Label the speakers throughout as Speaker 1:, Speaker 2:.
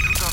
Speaker 1: Tout un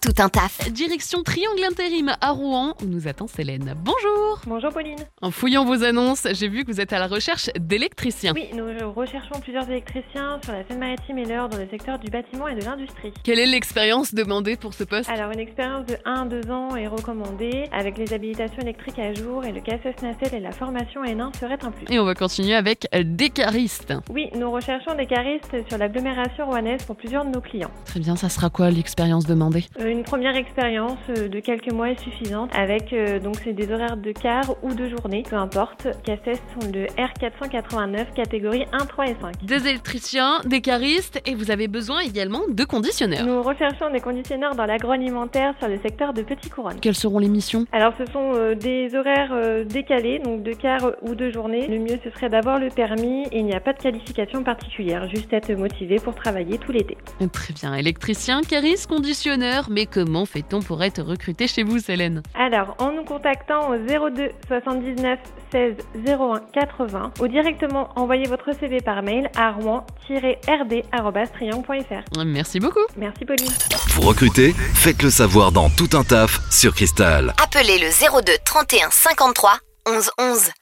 Speaker 2: tout un taf.
Speaker 3: Direction Triangle Intérim à Rouen, où nous attend Célène. Bonjour
Speaker 4: Bonjour Pauline.
Speaker 3: En fouillant vos annonces, j'ai vu que vous êtes à la recherche d'électriciens.
Speaker 4: Oui, nous recherchons plusieurs électriciens sur la Seine-Maritime et l'Eure dans le secteur du bâtiment et de l'industrie.
Speaker 3: Quelle est l'expérience demandée pour ce poste
Speaker 4: Alors, une expérience de 1 à 2 ans est recommandée, avec les habilitations électriques à jour et le KSS Nacelle et la formation N1 seraient un plus.
Speaker 3: Et on va continuer avec des caristes.
Speaker 4: Oui, nous recherchons des caristes sur l'agglomération rouennaise pour plusieurs de nos clients.
Speaker 3: Très bien, ça sera quoi l'expérience demandée
Speaker 4: Euh, Une première expérience euh, de quelques mois est suffisante, avec euh, donc c'est des horaires de quart ou de journée, peu importe. KSS sont de R489, catégorie 1, 3 et 5.
Speaker 3: Des électriciens, des caristes, et vous avez besoin également de conditionneurs.
Speaker 4: Nous recherchons des conditionneurs dans l'agroalimentaire sur le secteur de Petit Couronne.
Speaker 3: Quelles seront les missions
Speaker 4: Alors, ce sont euh, des horaires euh, décalés, donc de quart ou de journée. Le mieux, ce serait d'avoir le permis. Il n'y a pas de qualification particulière, juste être motivé pour travailler tout l'été.
Speaker 3: Eh, Très bien, électricien, cariste, conditionneur. Mais comment fait-on pour être recruté chez vous, Célène
Speaker 4: Alors, en nous contactant au 02 79 16 01 80 ou directement envoyer votre CV par mail à rouen-rd.triangle.fr.
Speaker 3: Merci beaucoup
Speaker 4: Merci, Pauline.
Speaker 1: Vous recrutez Faites le savoir dans Tout un taf sur Cristal.
Speaker 2: Appelez le 02 31 53 11 11.